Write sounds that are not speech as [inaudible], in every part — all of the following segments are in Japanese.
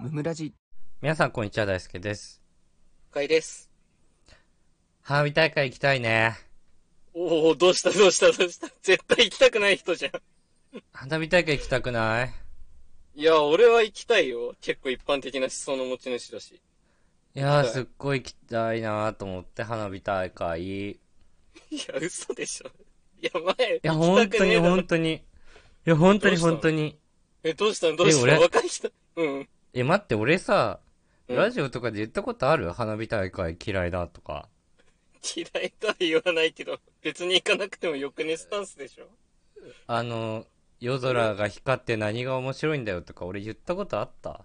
ムムラジ皆さん、こんにちは。大輔です。解です。花火大会行きたいね。おお、どうしたどうしたどうした。絶対行きたくない人じゃん。花火大会行きたくないいや、俺は行きたいよ。結構一般的な思想の持ち主だし。いやー、行きたいすっごい行きたいなと思って、花火大会。いいや、嘘でしょ。いや、前、や、行き本た当くねにえだろ本当に。いや、本当にどうしたの本当に。え、どうしたのどうしたえの俺若い人。うん。え、待って、俺さ、うんラジオとかで言ったことある花火大会嫌いだとか。嫌いとは言わないけど、別に行かなくてもよくねスタンスでしょ。あの、夜空が光って何が面白いんだよとか、俺言ったことあった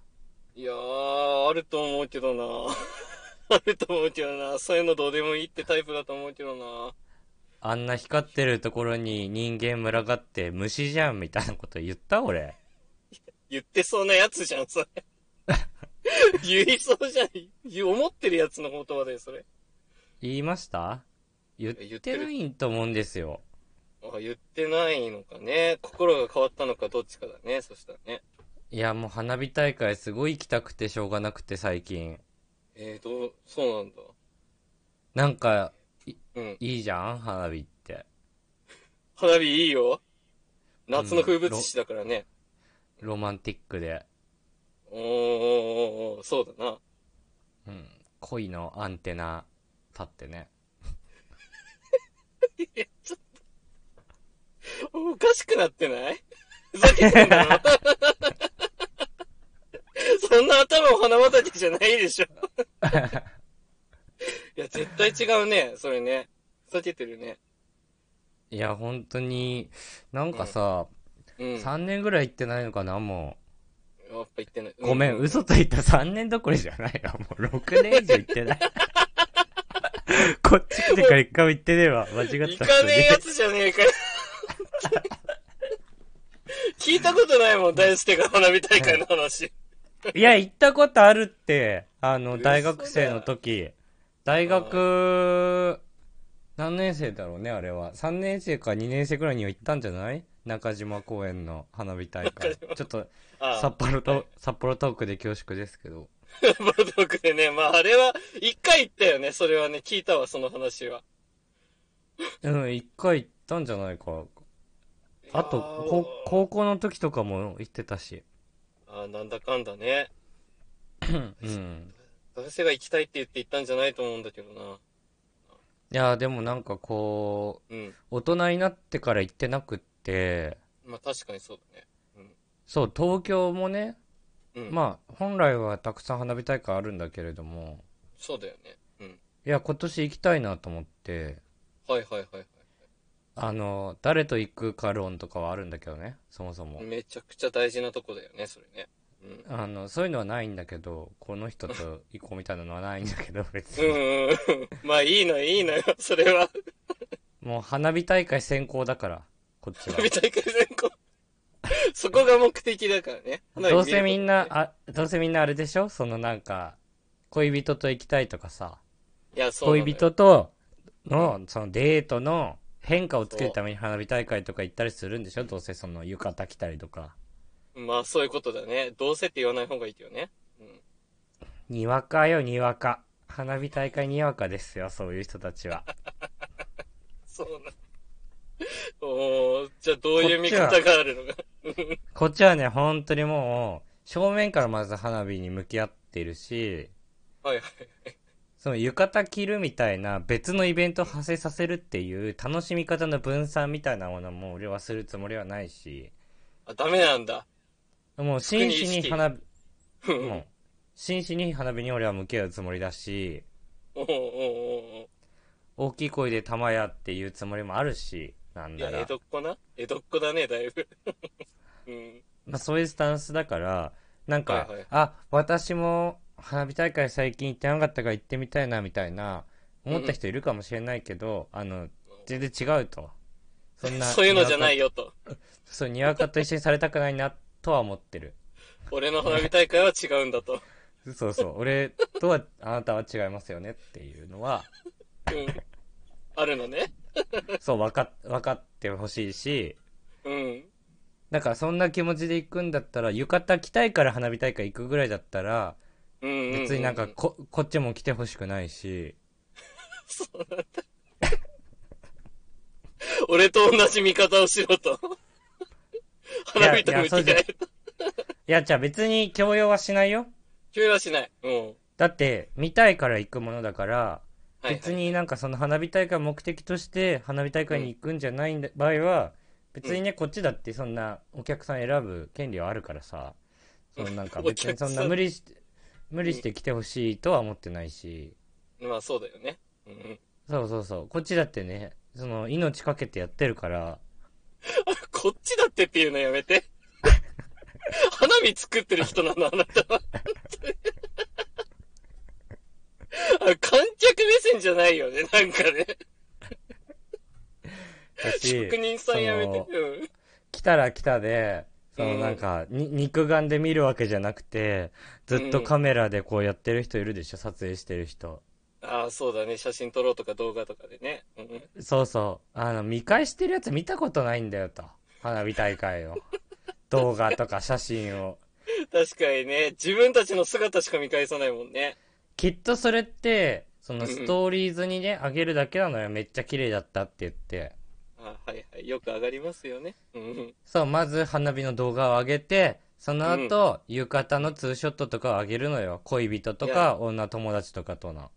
いやー、あると思うけどな。 [laughs] あると思うけどな。そういうのどうでもいいってタイプだと思うけどな。あんな光ってるところに人間群がって虫じゃんみたいなこと言った俺。言ってそうなやつじゃん、それ。言いそうじゃん言う。思ってるやつの言葉だよ、それ。言いました言っ言っててるないと思うんですよ。あ、言ってないのかね。心が変わったのかどっちかだね。そしたらね。いや、もう花火大会すごい行きたくてしょうがなくて最近。えー、どう、そうなんだ。なんか、うん。いいじゃん花火って。花火いいよ。夏の風物詩だからね。ロマンティックで。おーおーおーそうだな。うん。恋のアンテナ立ってね。おかしくなってない [laughs] ふざけてんだろ [laughs] そんな頭お花畑じゃないでしょ。 [laughs] いや、絶対違うね。それね。ふざけてるね。いや、本当に、なんかさ、うん。やっ3年ぐらい行ってないのかなもぱ言ってない。う。ごめん、う嘘と言った3年どころじゃないわ。もう6年以上行って [laughs] ない。こっち来てから一回も行ってねえわ。間違っ行た。かねえやつじゃねえかよ。 [laughs] 聞いたことないもん、大輔が花火大会の話。いや、行ったことあるって、あの、嘘大学生の時。大学、何年生だろうね、あれは。3年生か2年生くらいには行ったんじゃない中島公園の花火大会。ちょっと、あ札あ、幌と、札幌トークで恐縮ですけど。ボードクでね、まああれは、一回言ったよね、それはね、聞いたわ、その話は。うん、一回行ったんじゃないか。あと、こ高校の時とかも行ってたし。ああ、なんだかんだね。うん。大輔が行きたいって言って言ったんじゃないと思うんだけどいな。や、でもなんかこう、うん。大人になってから行ってなくって、まあ確かにそうだね。そう、東京もね、うん。あ。まあ、本来はたくさん花火大会あるんだけれども、そうだよね。うん。いや、今年行きたいなと思って、はいはいはいあの、誰と行くか論とかはあるんだけどね、そもそはもい。。めちゃくちゃ大事なとこだよね、それね。うん。あの、そういうのはないんだけど、この人と行こうみたいなのはないんだ [laughs] けど、別うんに。うんうん。まあいいのいいのよ、 [laughs] それは。もう花火大会先行だから、こっちは花。火大会全校。そこが目的だからね。どうせみんな、 [laughs] 花火見ることねあ、どうせみんなあれでしょそのなんか、恋人と行きたいとかさ、いや、そうなのよ。恋人との、そのデートの変化をつけるために花火大会とか行ったりするんでしょどうせその浴衣着たりとか。まあ、そういうことだね。どうせって言わない方がいいけどね。うん。にわかよ、にわか。花火大会にわかですよ、そういう人たちは。そうなの。おー、じゃあどういう見方があるのか。こっちはね、本当にもう、正面からまず花火に向き合ってるし、はいはい。その浴衣着るみたいな別のイベントを派生させるっていう楽しみ方の分散みたいなものも俺はするつもりはないし、あ、ダメなんだ。もう真摯に花火、う。うんん真摯に花火に俺は向き合うつもりだし、おーおーおー大きい声で玉やっていうつもりもあるし、なおんーいだや、ら江戸。っ子な江戸っ子だね、だいぶ。 [laughs] うん。まあ、そういうスタンスだから、なんか、はいはいあ、私も花火大会最近行ってなかったから行ってみたいな、みたいな、思った人いるかもしれないけど、あの、全然違うと。そんな、 [laughs] そういうのじゃないよ。よと。そう、にわかと一緒にされたくないな、とは思ってる。俺の花火大会は違う [laughs] んだと。そうそう、俺とは、あなたは違いますよねっていうのは、うん。あるのね。そう、わか、わかってほしいし、うん。だからそんな気持ちで行くんだったら、浴衣着たいから花火大会行くぐらいだったら、うんうんうん別になんかこ、こっちも来てほしくないし、そうなんだ。俺と同じ見方をし [laughs] ろと。花火といやいや向きそう合じゃえと。いや、じゃあ別に強要はしないよ。決めはしない。うん。はいだって、見たいから行くものだから、はい、別になんかその花火大会を目的として花火大会に行くんじゃないんだ、場合は別にね、こっちだってそんなお客さん選ぶ権利はあるからさそのなんかうん別にそんお客なさん無理して無理して来てほしいとは思ってないしまあそうだよね。うん。そうそうそうこっちだってねその命かけてやってる [laughs] からこっちだってっていうのやめ [laughs] て。花火作ってる人なの、あなたは。 [laughs] あ観客目線じゃないよね、なんかね。だし職人さんやめそての。うん。来たら来たでそのうんなんか、に肉眼で見るわけじゃなくてずっとカメラでこうやってる人いるでしょ撮影してる人。ああ、そうだね。写真撮ろうとか動画とかでね。うん。そうそう。あの、見返してるやつ見たことないんだよと。花火大会 [laughs] を。動画とか写真を。確かにね、自分たちの姿しか見返さないもんね。きっとそれって、そのうんうんストーリーズにね、あげるだけなのよ。めっちゃ綺麗だったって言って。あはいはい。よく上がりますよね。うん。そう、まず花火の動画を上げて、その後、浴衣のツーショットとかを上げるのよ。恋人といか、や女友達とかとの。うん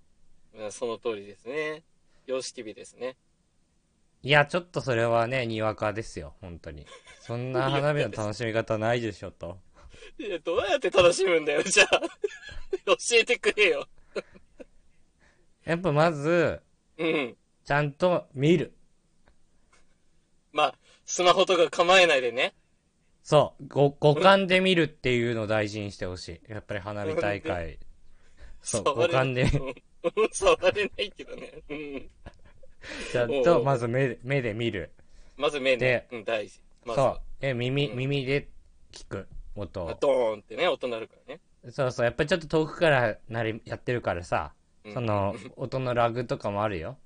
その通りですね。様式美ですね。いや、ちょっとそれはね、にわかですよ。本当に。そんな花火の楽しみ方ないでしょ、 [laughs] と。いや、どうやって楽しむんだよ、 [laughs] じゃあ。教えてくれよ。やっぱまず、うん。ちゃんと見る。まあ、スマホとか構えないでね。そう、ご五感で見るっていうのを大事にしてほしい。やっぱり花火大会。そう、触五れな感いでうん [laughs] 触れないけどね。うん。ちゃんとまず目で目で見る。まず目ね。うん、大事。まずそはう、え耳うん耳で聞く音あを。ドーンってね、音鳴るからね。そうそう、やっぱりちょっと遠くからなりやってるからさ、うんその音のラグとかもあるよ。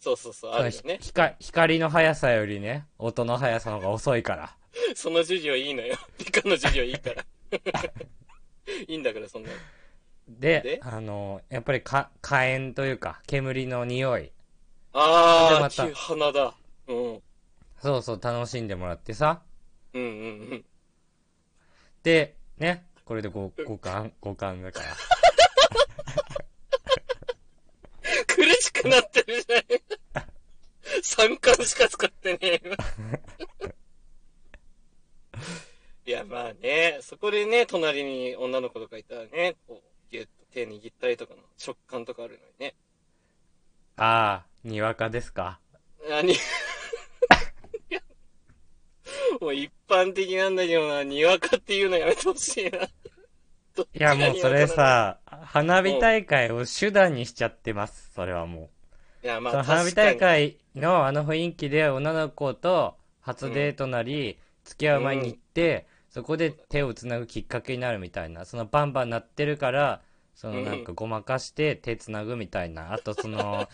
そうそうそう、あるよね。ひか光の速さよりね、音の速さの方が遅いから。その授業いいのよ。 [laughs] 理科の授業いいから。 [laughs] いいんだから、そんなの。で、であのやっぱりか火炎というか煙の匂い。であまたあ、ま、鼻だ。うん。そうそう、楽しんでもらってさ。うんうんで、ね、これで五五感、五感だから。 [laughs] うん。苦しくなってるじゃない [laughs] 三冠しか使ってねえ今。 [laughs] いや、まあね、そこでね、隣に女の子とかいたらね、こう、ぎゅっと手握ったりとかの食感とかあるのにね。ああ、にわかですか。何 [laughs] もう一般的なんだけどな、にわかっていうのやめてほしいな。どっいちがや、もうそれ [laughs] さ、花火大会を手段にしちゃってます、それはもにわかなの、いや、う。まそあ、の花火確か大に。会のあの雰囲気で女の子と初デートなり、付き合う前に行って、そこで手をつなぐきっかけになるみたいな、そのバンバン鳴ってるから、そのなんかごまかして手つなぐみたいな、あとその、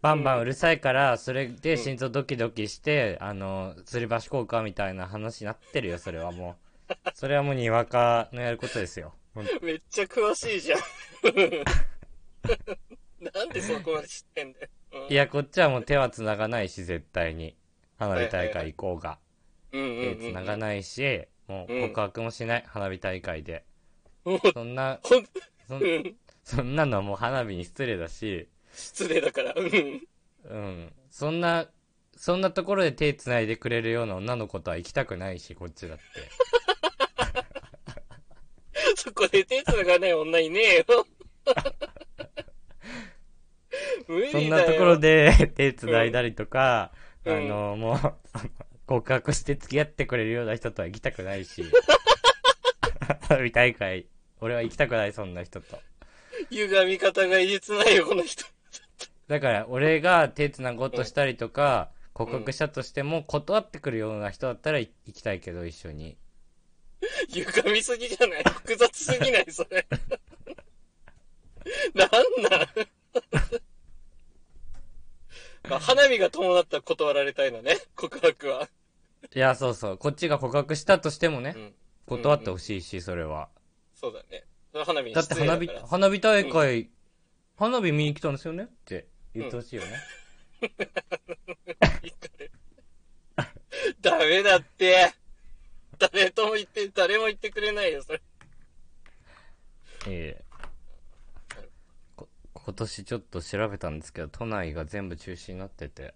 バンバンうるさいから、それで心臓ドキドキして、あの、吊り橋効果みたいな話になってるよ、それはもう。それはもうにわかのやることですよ。本当にめっちゃ詳しいじゃん。 [laughs] なんでそこまで知ってんだよ。うんいや、こっちはもう手は繋がないし、絶対に。花火大会行こうが。うんうん手うん、繋がないし、もう告白もしない、花火大会で。もうそんな、ほん、そんうん、そんなのはもう花火に失礼だし、失礼だから。うん。うん。そんな、そんなところで手繋いでくれるような女の子とは行きたくないし、こっちだって。 [laughs] そこで手繋がない女いねえ [laughs] よ。無理だそよ。んなところで [laughs] 手繋いだりとか、うんあの、もう、 [laughs] その告白して付き合ってくれるような人とは行きたくない [laughs] し。花火大会、俺は行きたくない、そんな人と。歪み方がいじつないよ、この人。だから俺が手つなごうとしたりとか、告白したとしても断ってくるような人だったら行きたいけど一緒に歪みすぎじゃない [laughs] 複雑すぎないそれ。 [laughs] なんなん [laughs] [laughs] まあ、花火が伴ったら断られたいのね、告白は。いや、そうそう。こっちが告白したとしてもねう、ん。断ってほしいし、それは。そうだね。それは花火にだって失礼だ花から火、花火大会、花火見に来たんですよねって言ってほしいよね。 [laughs] ダメだって。誰とも言って、誰も言ってくれないよ、それ。ええこ今年ちょっと調べたんですけど、都内が全部中止になってて、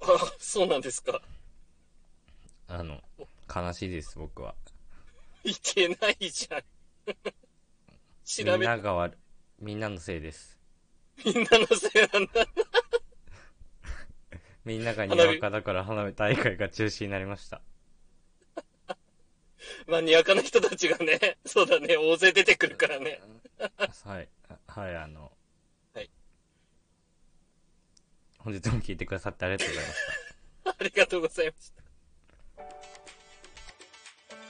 あ、そうなんですか。あの、悲しいです、僕は。いけないじゃん。 [laughs] み調べんなが悪、みんなのせいです。みんなのせいなんだ。みんながに花火わかだから花火大会が中止になりま [laughs] した。まあ、にやかな人たちがね、そうだね、大勢出てくるからね。はい、あはい、あの、はい。本日も聞いてくださってありがとうございました。ありがとうございました。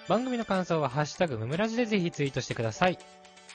番組の感想はハッシュタグムムラジでぜひツイートしてください。チ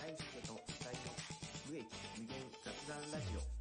大輔と二人の無益無限雑談ラジオ